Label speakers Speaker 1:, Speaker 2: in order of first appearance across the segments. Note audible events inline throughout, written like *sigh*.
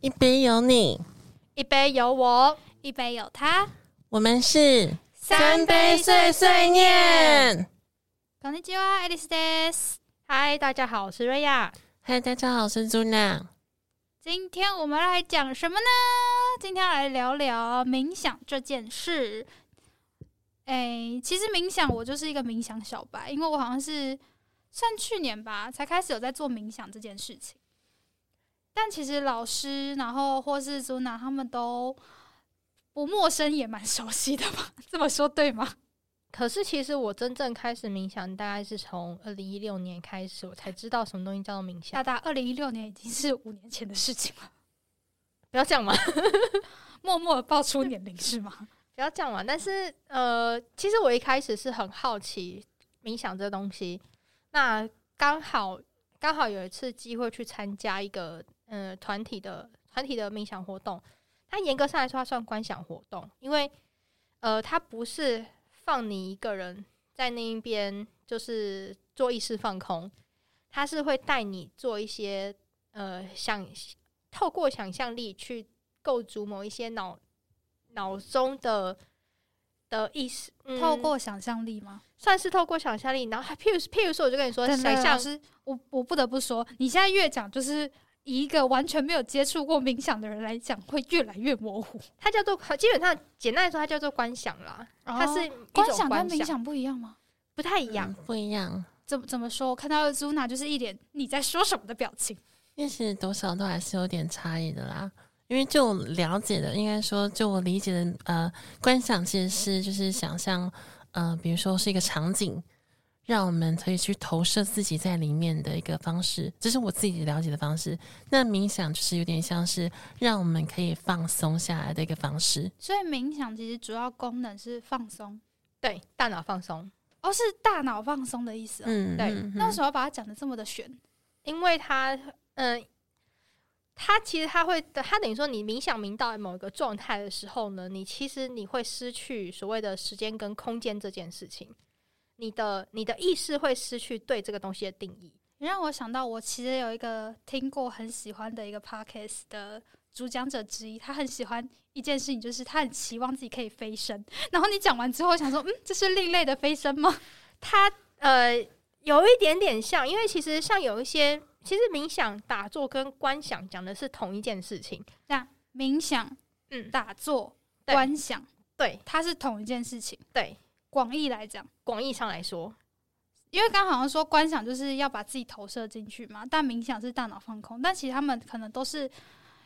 Speaker 1: 一杯有你，
Speaker 2: 一杯有我，
Speaker 3: 一杯有他，
Speaker 1: 我们是
Speaker 3: 三杯碎碎念。こんにちは、エリスです。
Speaker 2: 嗨，大家好，我是瑞亚。
Speaker 1: 嗨，大家好，我是朱娜。
Speaker 3: 今天我们来讲什么呢？今天来聊聊冥想这件事。哎，其实冥想我就是一个冥想小白，因为我好像是算去年吧才开始有在做冥想这件事情。但其实老师，然后或是祖娜他们都不陌生，也蛮熟悉的吧？ *laughs* 这么说对吗？
Speaker 2: 可是其实我真正开始冥想，大概是从二零一六年开始，我才知道什么东西叫做冥想
Speaker 3: 大。大，二零一六年已经是五年前的事情了，
Speaker 2: *laughs* 不要这样嘛，
Speaker 3: 默默的爆出年龄是吗？
Speaker 2: 不要这样嘛。但是呃，其实我一开始是很好奇冥想这东西，那刚好刚好有一次机会去参加一个呃团体的团体的冥想活动，它严格上来说它算观想活动，因为呃它不是放你一个人在那一边就是做意识放空，它是会带你做一些呃想透过想象力去构筑某一些脑脑中的的意识，嗯
Speaker 3: 透过想象力吗？
Speaker 2: 算是透过想象力，然后还譬如譬如说，我就跟你说，
Speaker 3: 真的啊
Speaker 2: 想象
Speaker 3: 老师，我我不得不说，你现在越讲，就是以一个完全没有接触过冥想的人来讲，会越来越模糊。
Speaker 2: 它叫做基本上简单来说，它叫做观想啦，它是一种
Speaker 3: 哦观
Speaker 2: 想
Speaker 3: 跟冥想不一样吗？
Speaker 2: 不太一样
Speaker 1: 嗯。不一样，
Speaker 3: 怎么怎么说？我看到 Zuna 就是一脸你在说什么的表情。
Speaker 1: 其实多少都还是有点差异的啦。因为就我了解的，应该说就我理解的，呃，观想其实是就是想象，呃，比如说是一个场景，让我们可以去投射自己在里面的一个方式，这是我自己了解的方式。那冥想就是有点像是让我们可以放松下来的一个方式。
Speaker 3: 所以冥想其实主要功能是放松，
Speaker 2: 对，大脑放松，
Speaker 3: 哦，是大脑放松的意思、哦。
Speaker 1: 嗯，
Speaker 2: 对
Speaker 1: 嗯
Speaker 3: 那为什么要把它讲的这么的玄？
Speaker 2: 因为它嗯、它其实它会，它等于说你冥想冥到某一个状态的时候呢，你其实你会失去所谓的时间跟空间这件事情，你的你的意识会失去对这个东西的定义。
Speaker 3: 你让我想到，我其实有一个听过很喜欢的一个 podcast 的主讲者之一，他很喜欢一件事情，就是他很期望自己可以飞升。然后你讲完之后，我想说，嗯，这是另类的飞升吗？
Speaker 2: 它呃有一点点像，因为其实像有一些，其实冥想、打坐跟观想讲的是同一件事情。
Speaker 3: 冥想、
Speaker 2: 嗯，
Speaker 3: 打坐、
Speaker 2: 对
Speaker 3: 观想，
Speaker 2: 对
Speaker 3: 它是同一件事情。
Speaker 2: 对，
Speaker 3: 广义来讲，
Speaker 2: 广义上来说，
Speaker 3: 因为刚刚好像说观想就是要把自己投射进去嘛，但冥想是大脑放空，但其实他们可能都是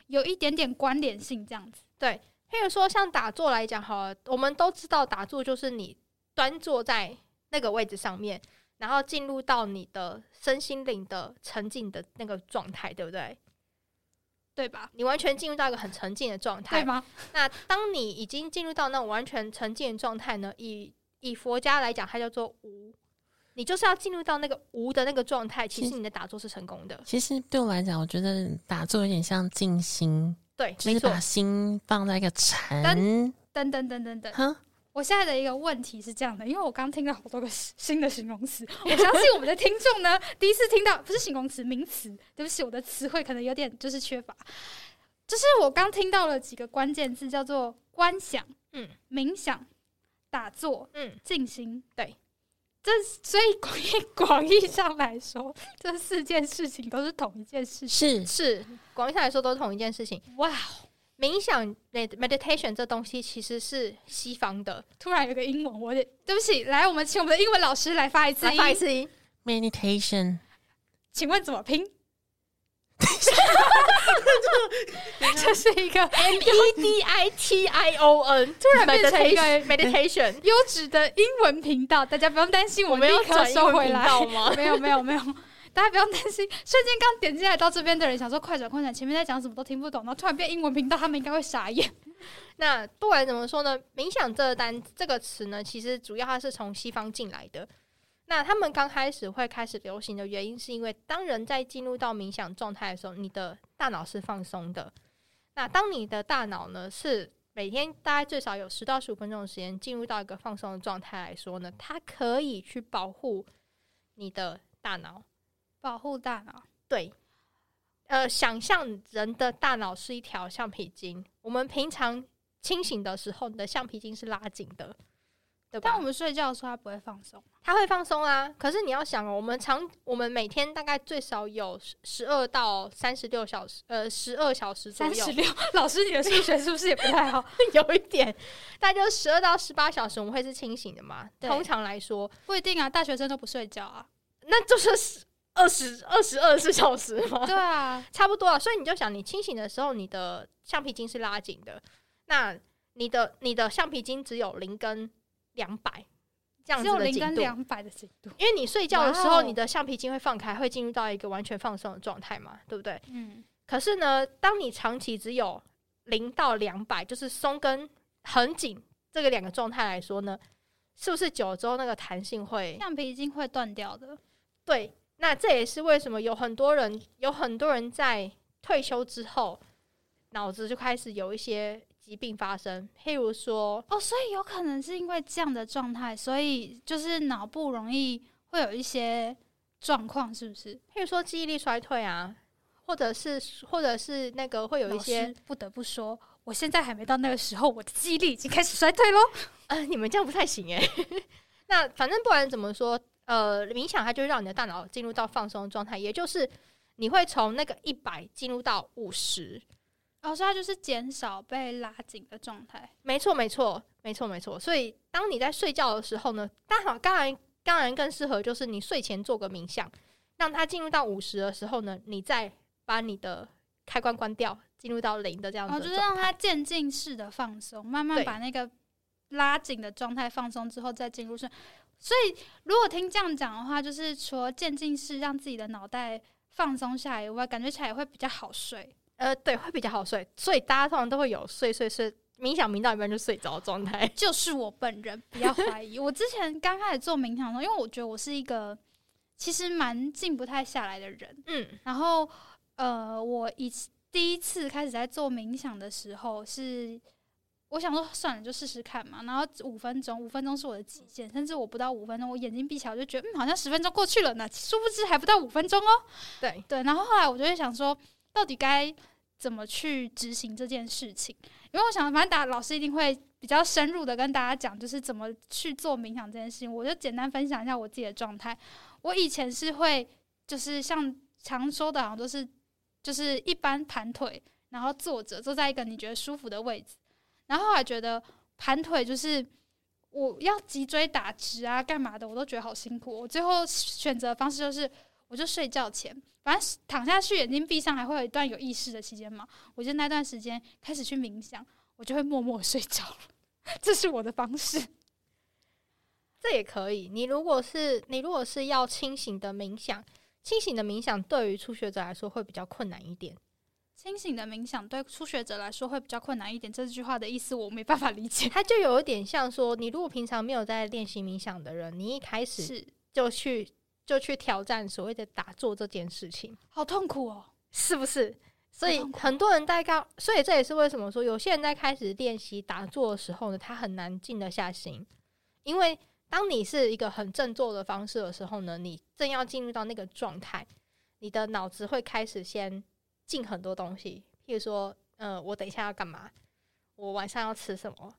Speaker 3: 有一点点关联性这样子。
Speaker 2: 譬如说像打坐来讲，好了，我们都知道打坐就是你端坐在那个位置上面，然后进入到你的身心灵的沉浸的那个状态，对不对？
Speaker 3: 对吧？
Speaker 2: 你完全进入到一个很沉浸的状态
Speaker 3: 对，吗？
Speaker 2: 那当你已经进入到那种完全沉浸的状态呢，以以佛家来讲，它叫做无，你就是要进入到那个无的那个状态，其实你的打坐是成功的。
Speaker 1: 其实对我来讲，我觉得打坐有点像静心，
Speaker 2: 对，
Speaker 1: 就
Speaker 2: 没
Speaker 1: 是
Speaker 2: 错
Speaker 1: 把，心放在一个
Speaker 3: 但
Speaker 1: 禅，
Speaker 3: 等等等等等，
Speaker 1: 哈，
Speaker 3: 我现在的一个问题是这样的，因为我刚听到好多个新新的形容词，我相信我们的听众呢，第一次听到不是形容词，名词，对不起，我的词汇可能有点就是缺乏。就是我刚听到了几个关键字，叫做观想、
Speaker 2: 嗯
Speaker 3: 冥想、打坐、
Speaker 2: 嗯，
Speaker 3: 静心。
Speaker 2: 对，
Speaker 3: 这所以广义广义上来说，这四件事情都是同一件事情。
Speaker 1: 是
Speaker 2: 是广义上来说都是同一件事情。
Speaker 3: 哇，
Speaker 2: 冥想 med- meditation 这东西其实是西方的，
Speaker 3: 突然有个英文，我得对不起，来，我们请我们的英文老师来发一次
Speaker 2: 来
Speaker 3: 音，
Speaker 2: 发一次音，
Speaker 1: meditation，
Speaker 3: 请问怎么拼？这是一个
Speaker 2: M E D I T I O
Speaker 3: *laughs*
Speaker 2: N，突
Speaker 3: 然变成一个 *laughs*
Speaker 2: meditation，
Speaker 3: 优质的英文频道，大家不用担心，
Speaker 2: 我
Speaker 3: 我
Speaker 2: 们
Speaker 3: 们
Speaker 2: 要
Speaker 3: 立刻
Speaker 2: 转英
Speaker 3: 收
Speaker 2: 文
Speaker 3: 回
Speaker 2: 频
Speaker 3: 来
Speaker 2: 道。吗？
Speaker 3: 没有没有没有，大家不用担心。瞬间刚点进来到这边的人想说快转快转，前面在讲什么都听不懂，然后突然变英文频道，他们应该会傻 *laughs* 眼。
Speaker 2: 那不管怎么说呢，冥想这个单这个词呢，其实主要它是从西方进来的。那他们刚开始会开始流行的原因，是因为当人在进入到冥想状态的时候，你的大脑是放松的。那当你的大脑呢是每天大概最少有十到十五分钟的时间进入到一个放松的状态来说呢，它可以去保护你的大脑。
Speaker 3: 啊保护大脑，
Speaker 2: 对，呃，想象人的大脑是一条橡皮筋，我们平常清醒的时候，你的橡皮筋是拉紧的，对吧？
Speaker 3: 但我们睡觉的时候，它不会放松。
Speaker 2: 它会放松啊。可是你要想哦，我们常我们每天大概最少有十二到三十六小时，呃，十二小时左
Speaker 3: 三
Speaker 2: 右
Speaker 3: 十，
Speaker 2: *laughs*
Speaker 3: 六， *laughs* 老师，你的数学是不是也不太好？
Speaker 2: 有一点，大概就十二到十八小时，我们会是清醒的嘛？
Speaker 3: 对
Speaker 2: 通常来说，
Speaker 3: 不一定啊，大学生都不睡觉啊。
Speaker 2: 那就是二十二十二四小时
Speaker 3: *laughs*
Speaker 2: 嘛。
Speaker 3: 对啊，
Speaker 2: 差不多啊。所以你就想，你清醒的时候，你的橡皮筋是拉紧的，那你的你的橡皮筋只有零跟两百这样
Speaker 3: 只
Speaker 2: 子
Speaker 3: 有
Speaker 2: 的
Speaker 3: 零
Speaker 2: 紧
Speaker 3: 跟
Speaker 2: 度。
Speaker 3: 两百的紧度。
Speaker 2: 因为你睡觉的时
Speaker 3: 哇
Speaker 2: 候，
Speaker 3: 哦
Speaker 2: 你的橡皮筋会放开，会进入到一个完全放松的状态嘛，对不对？
Speaker 3: 嗯，
Speaker 2: 可是呢，当你长期只有零到两百，就是松跟很紧这个两个状态来说呢，是不是久了之后那个弹性会
Speaker 3: 橡皮筋会断掉的。
Speaker 2: 对，那这也是为什么有很多人有很多人在退休之后，脑子就开始有一些疾病发生，譬如说，
Speaker 3: 哦，所以有可能是因为这样的状态，所以就是脑部容易会有一些状况，是不是？
Speaker 2: 譬如说记忆力衰退啊，或者是或者是那个会有一
Speaker 3: 老
Speaker 2: 些
Speaker 3: 师，不得不说，我现在还没到那个时候，我的记忆力已经开始衰退喽。
Speaker 2: 呃， *laughs* 你们这样不太行诶。 *laughs* 那反正不管怎么说，呃，冥想它就会让你的大脑进入到放松的状态，也就是你会从那个一百进入到五十，
Speaker 3: 哦，所以它就是减少被拉紧的状态。
Speaker 2: 没错，没错，没错，没错。所以当你在睡觉的时候呢，当好，当然，当然更适合就是你睡前做个冥想，让它进入到五十的时候呢，你再把你的开关关掉，进入到零的这样
Speaker 3: 然后哦
Speaker 2: 子的
Speaker 3: 就是
Speaker 2: 状态、
Speaker 3: 让它渐进式的放松，慢慢
Speaker 2: 对
Speaker 3: 把那个拉紧的状态放松之后再进入睡。所以如果听这样讲的话，就是除了渐进式让自己的脑袋放松下来以外，感觉起来也会比较好睡。
Speaker 2: 呃，对，会比较好睡。所以大家通常都会有睡睡睡冥想冥到一半就睡着的
Speaker 3: *laughs*
Speaker 2: 状态。
Speaker 3: 就是我本人，不要怀疑。 *laughs* 我之前刚开始做冥想的时候，因为我觉得我是一个其实蛮静不太下来的人，
Speaker 2: 嗯，
Speaker 3: 然后呃，我以前第一次开始在做冥想的时候是，我想说算了，就试试看嘛。然后五分钟，五分钟是我的极限，甚至我不到五分钟，我眼睛闭起来我就觉得嗯，好像十分钟过去了呢，殊不知还不到五分钟哦。
Speaker 2: 对，
Speaker 3: 对，然后后来我就会想说，到底该怎么去执行这件事情？因为我想，反正大老师一定会比较深入的跟大家讲，就是怎么去做冥想这件事情。我就简单分享一下我自己的状态。我以前是会，就是像常说的，好像都是就是一般盘腿，然后坐着，坐在一个你觉得舒服的位置。然后后来觉得盘腿就是我要脊椎打直啊，干嘛的，我都觉得好辛苦。我哦最后选择的方式就是，我就睡觉前，反正躺下去，眼睛闭上，还会有一段有意识的期间嘛。我就那段时间开始去冥想，我就会默默地睡着了。这是我的方式。
Speaker 2: 这也可以。你如果是你如果是要清醒的冥想，清醒的冥想对于初学者来说会比较困难一点。
Speaker 3: 清醒的冥想对初学者来说会比较困难一点。这句话的意思我没办法理解。
Speaker 2: 它就有一点像说，你如果平常没有在练习冥想的人，你一开始
Speaker 3: 是，
Speaker 2: 就去就去挑战所谓的打坐这件事情，
Speaker 3: 好痛苦哦。
Speaker 2: 是不是？所以
Speaker 3: 好痛苦哦
Speaker 2: 很多人在刚，所以这也是为什么说有些人在开始练习打坐的时候呢，他很难静得下心，因为当你是一个很振作的方式的时候呢，你正要进入到那个状态，你的脑子会开始先进很多东西，譬如说，呃，我等一下要干嘛，我晚上要吃什么，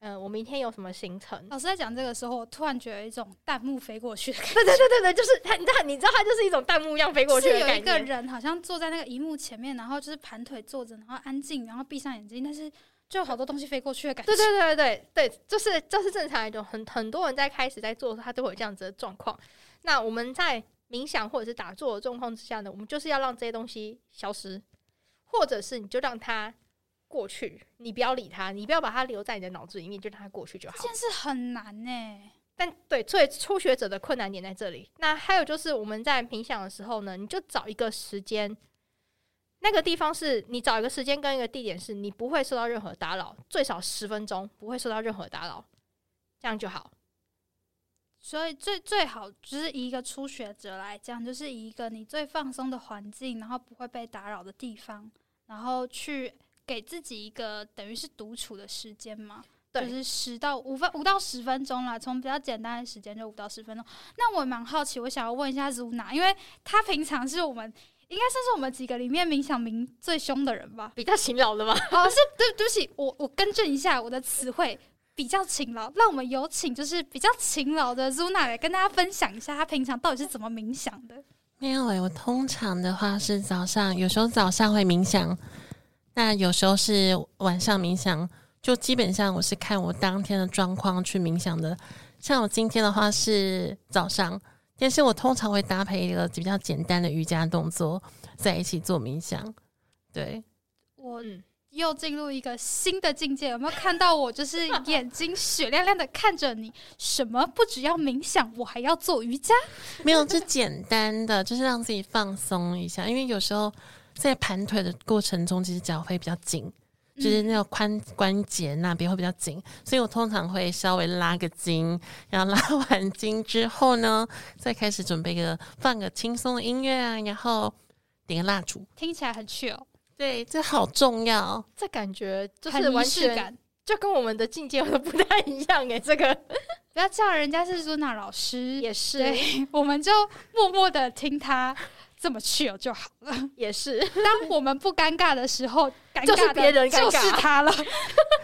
Speaker 2: 嗯、我明天有什么行程，
Speaker 3: 老师在讲这个时候，我突然觉得有一种弹幕飞过去的感觉。
Speaker 2: 对对对对对，就是 *laughs* 他，你知道，你知道，他就是一种弹幕一样飞过去
Speaker 3: 是
Speaker 2: 的
Speaker 3: 有
Speaker 2: 感
Speaker 3: 一个
Speaker 2: 觉。
Speaker 3: 人好像坐在那个荧幕前面，然后就是盘腿坐着，然后安静，然后闭上眼睛，但是就有好多东西飞过去的感觉。
Speaker 2: 对对对对对，对就是这是正常一种，很很多人在开始在做的时候，他都会有这样子的状况。那我们在冥想或者是打坐的状况之下呢，我们就是要让这些东西消失，或者是你就让它过去，你不要理它，你不要把它留在你的脑子里面，就让它过去就好
Speaker 3: 这。件事很难呢、
Speaker 2: 但对，所以初学者的困难点在这里。那还有就是我们在冥想的时候呢，你就找一个时间，那个地方是你找一个时间跟一个地点，是你不会受到任何打扰，最少十分钟不会受到任何打扰，这样就好。
Speaker 3: 所以最最好就是以一个初学者来讲，就是以一个你最放松的环境，然后不会被打扰的地方，然后去给自己一个等于是独处的时间嘛，
Speaker 2: 对
Speaker 3: 就是十到五分五到十分钟啦，从比较简单的时间就五到十分钟。那我蛮好奇，我想要问一下 Zuna，因为他平常是我们应该算是我们几个里面冥想冥最凶的人吧。
Speaker 2: 比较勤劳的吧。
Speaker 3: 好，是对对不起，我我更正一下我的词汇。比较勤劳，让我们有请就是比较勤劳的 Zuna 来跟大家分享一下，她平常到底是怎么冥想的。
Speaker 1: 没有诶、欸我通常的话是早上，有时候早上会冥想，那有时候是晚上冥想，就基本上我是看我当天的状况去冥想的。像我今天的话是早上，但是我通常会搭配一个比较简单的瑜伽动作在一起做冥想。对，
Speaker 3: 我
Speaker 2: *laughs* 嗯，
Speaker 3: 又进入一个新的境界，有没有看到我就是眼睛雪亮亮的看着你？什么不只要冥想，我还要做瑜伽。
Speaker 1: 没有，就简单的，就是让自己放松一下，因为有时候在盘腿的过程中，其实脚会比较紧，就是那种髋关节那边会比较紧，所以我通常会稍微拉个筋，然后拉完筋之后呢， *laughs* 再开始准备个放个轻松的音乐啊，然后点个蜡烛，
Speaker 3: 听起来很 chill，
Speaker 1: 对，这好重要。哦
Speaker 2: 这感觉就
Speaker 3: 很
Speaker 2: 是
Speaker 3: 仪
Speaker 2: 完
Speaker 3: 式
Speaker 2: 全
Speaker 3: 感。
Speaker 2: 就跟我们的境界都不太一样哎、这个
Speaker 3: 不要叫人家是 Zuna 老师，
Speaker 2: 也是
Speaker 3: 对，我们就默默的听他这么 chill 就好了。
Speaker 2: 也是，
Speaker 3: 当我们不尴尬的时
Speaker 2: *laughs*
Speaker 3: 候，尴尬
Speaker 2: 就
Speaker 3: 的
Speaker 2: 是别人尴
Speaker 3: 就
Speaker 2: 尬
Speaker 3: 是他了。 *laughs*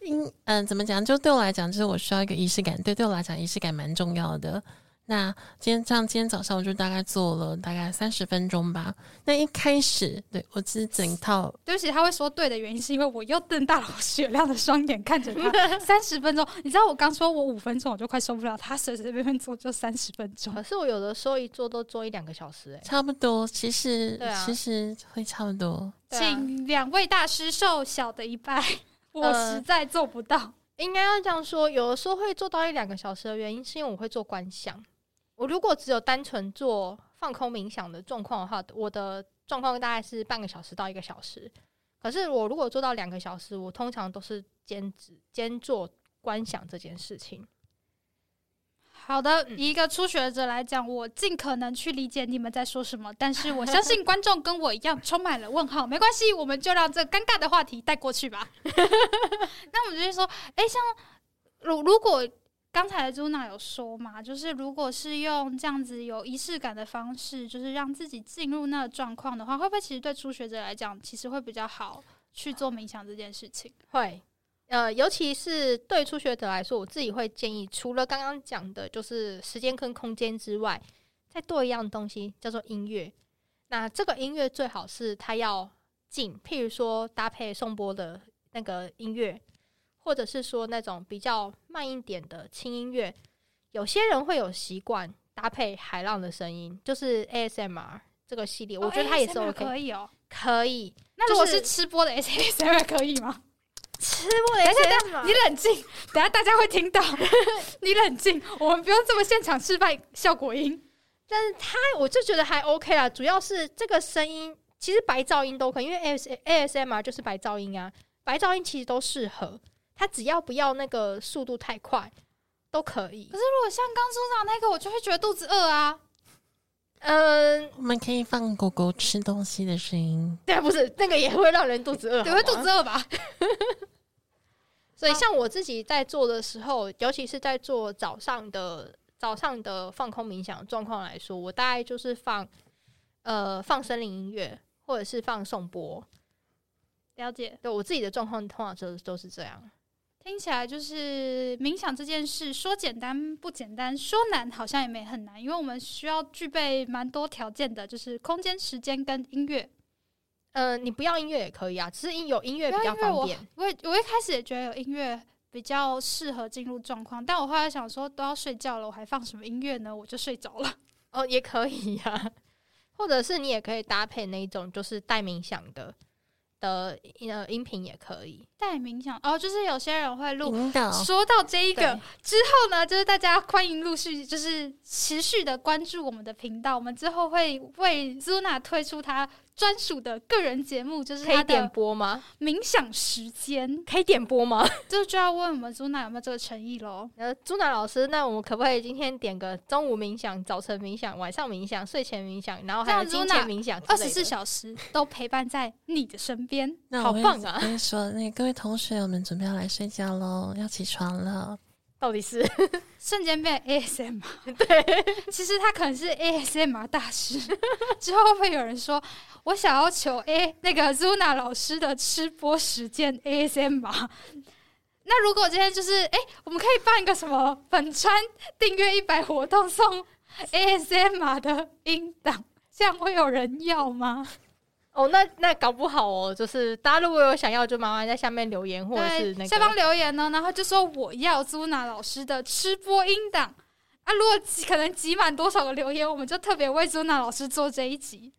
Speaker 1: 因嗯，怎么讲？就对我来讲，就是我需要一个仪式感。对，对我来讲，仪式感蛮重要的。那今天像今天早上，我就大概做了大概三十分钟吧。那一开始，对我只是整套
Speaker 3: 对不起，他会说对的原因是因为我又瞪大了我雪亮的双眼看着
Speaker 2: *laughs*
Speaker 3: 他，三十分钟。你知道我刚说我五分钟我就快受不了，他随随便便做就三十分钟
Speaker 2: *laughs* 可。是我有的时候一坐都坐一两个小时哎、
Speaker 1: 差不多，其实、
Speaker 2: 对啊
Speaker 1: 其实会差不多。
Speaker 2: 对啊
Speaker 3: 请两位大师受小的一拜，我
Speaker 2: 呃
Speaker 3: 实在做不到。
Speaker 2: 应该要这样说，有的时候会做到一两个小时的原因，是因为我会做观想。我如果只有单纯做放空冥想的状况的话，我的状况大概是半个小时到一个小时。可是我如果做到两个小时，我通常都是兼职兼做观想这件事情。
Speaker 3: 好的，
Speaker 2: 嗯
Speaker 3: 以一个初学者来讲，我尽可能去理解你们在说什么，但是我相信观众跟我一样充满了问号。没关系，我们就让这尴尬的话题带过去
Speaker 2: *laughs*
Speaker 3: 吧。那我们就是说，诶，像如如果刚才朱娜有说嘛，就是如果是用这样子有仪式感的方式，就是让自己进入那个状况的话，会不会其实对初学者来讲，其实会比较好去做冥想这件事情？
Speaker 2: 会，呃，尤其是对初学者来说，我自己会建议，除了刚刚讲的，就是时间跟空间之外，再多一样东西叫做音乐。那这个音乐最好是它要静，譬如说搭配颂钵的那个音乐，或者是说那种比较慢一点的轻音乐。有些人会有习惯搭配海浪的声音，就是 ASMR 这个系列，我觉得它也是
Speaker 3: 哦 ASMR
Speaker 2: OK，
Speaker 3: 可以哦。
Speaker 2: 可以。
Speaker 3: 那如果
Speaker 2: 就是
Speaker 3: 是吃播的 ASMR 可以吗？
Speaker 2: 吃播的
Speaker 3: *laughs*
Speaker 2: ASMR，
Speaker 3: 你冷静，等下大家会听到。 *laughs* 你冷静，我们不用这么现场示范效果音。
Speaker 2: 但是他我就觉得还 OK 啦，主要是这个声音，其实白噪音都可以，因为 AS ASMR 就是白噪音啊，白噪音其实都适合，它只要不要那个速度太快都可以
Speaker 3: 可。是如果像刚出场那个，我就会觉得肚子饿 *laughs* 啊。
Speaker 2: 嗯， *laughs*
Speaker 1: 我们可以放狗狗吃东西的声音，
Speaker 2: 对啊，不是那个也会让人肚子饿，
Speaker 3: *laughs* 对，会
Speaker 2: 好
Speaker 3: 肚
Speaker 2: 吗
Speaker 3: 子饿啊吧？
Speaker 2: 所以像我自己在做的时候，尤其是在做早上的早上的放空冥想的状况来说，我大概就是放呃放森林音乐，或者是放颂钵。
Speaker 3: 了解，
Speaker 2: 对我自己的状况，通常都都是这样。
Speaker 3: 听起来就是冥想这件事，说简单不简单，说难好像也没很难，因为我们需要具备蛮多条件的，就是空间、时间跟音乐。
Speaker 2: 呃，你不要音乐也可以啊，只是音有音乐比较
Speaker 3: 不要音乐
Speaker 2: 方便。
Speaker 3: 我也我一开始也觉得有音乐比较适合进入状况，但我后来想说，都要睡觉了，我还放什么音乐呢？我就睡着了。 *laughs*
Speaker 2: 哦，也可以呀、或者是你也可以搭配那一种就是带冥想的的呃音频也可以。
Speaker 3: 带冥想哦，就是有些人会录。
Speaker 1: 引导
Speaker 3: 说到这一
Speaker 2: 一
Speaker 3: 个之后呢，就是大家欢迎陆续就是持续的关注我们的频道，我们之后会为 Zuna 推出她专属的个人节目，就是
Speaker 2: 可以
Speaker 3: 她
Speaker 2: 点
Speaker 3: 的
Speaker 2: 播吗？
Speaker 3: 冥想时间，
Speaker 2: 可以点播吗？
Speaker 3: 这就要问我们 Zuna 有没有这个诚意喽。
Speaker 2: *laughs* 呃，朱娜老师，那我们可不可以今天点个中午冥想、早晨冥想、晚上冥想、睡前冥想，然后还有
Speaker 3: 这样
Speaker 2: 金
Speaker 3: Zuna，
Speaker 2: 钱冥想之
Speaker 3: 二
Speaker 2: 类的？
Speaker 3: 十四小时都陪伴在你的身边，
Speaker 1: 那
Speaker 2: 好
Speaker 1: 我会
Speaker 2: 棒啊
Speaker 1: 我会说，那个各位同学，我们准备要来睡觉喽，要起床了。
Speaker 2: 到底是
Speaker 3: 瞬间变 ASM，
Speaker 2: 对，
Speaker 3: 其实他可能是 ASMR 大师。 *laughs* 之后会有人说，我想要求 A 那个 Zuna 老师的吃播时间 ASMR。那如果今天就是哎、我们可以办一个什么粉川订阅一百活动送 ASMR 的音档，这样会有人要吗？
Speaker 2: *laughs* 哦，那那搞不好哦，就是大家如果有想要，就麻烦在下面留言或者是
Speaker 3: 对，
Speaker 2: 那个
Speaker 3: 下方留言呢，然后就说我要 Zuna 老师的吃播音档啊。如果集可能集满多少个留言，我们就特别为 Zuna 老师做这一集。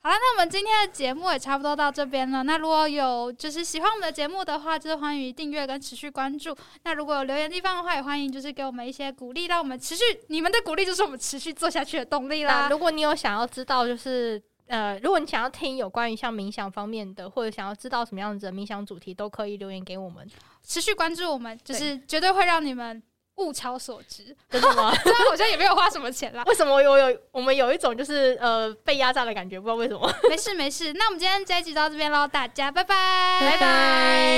Speaker 3: 好了，那我们今天的节目也差不多到这边了。那如果有就是喜欢我们的节目的话，就是欢迎订阅跟持续关注。那如果有留言地方的话，也欢迎就是给我们一些鼓励，让我们持续你们的鼓励就是我们持续做下去的动力啦
Speaker 2: 那。如果你有想要知道，就是呃，如果你想要听有关于像冥想方面的，或者想要知道什么样子的冥想主题，都可以留言给我们。
Speaker 3: 持续关注我们，就是绝对会让你们物超所值。
Speaker 2: 真的
Speaker 3: *laughs*
Speaker 2: 吗？
Speaker 3: 虽然好像也没有花什么钱啦，
Speaker 2: 为什么我有我们有一种就是呃被压榨的感觉？不知道为什么。
Speaker 3: *laughs* 没事没事，那我们今天这一集到这边喽，大家拜拜，
Speaker 1: 拜拜。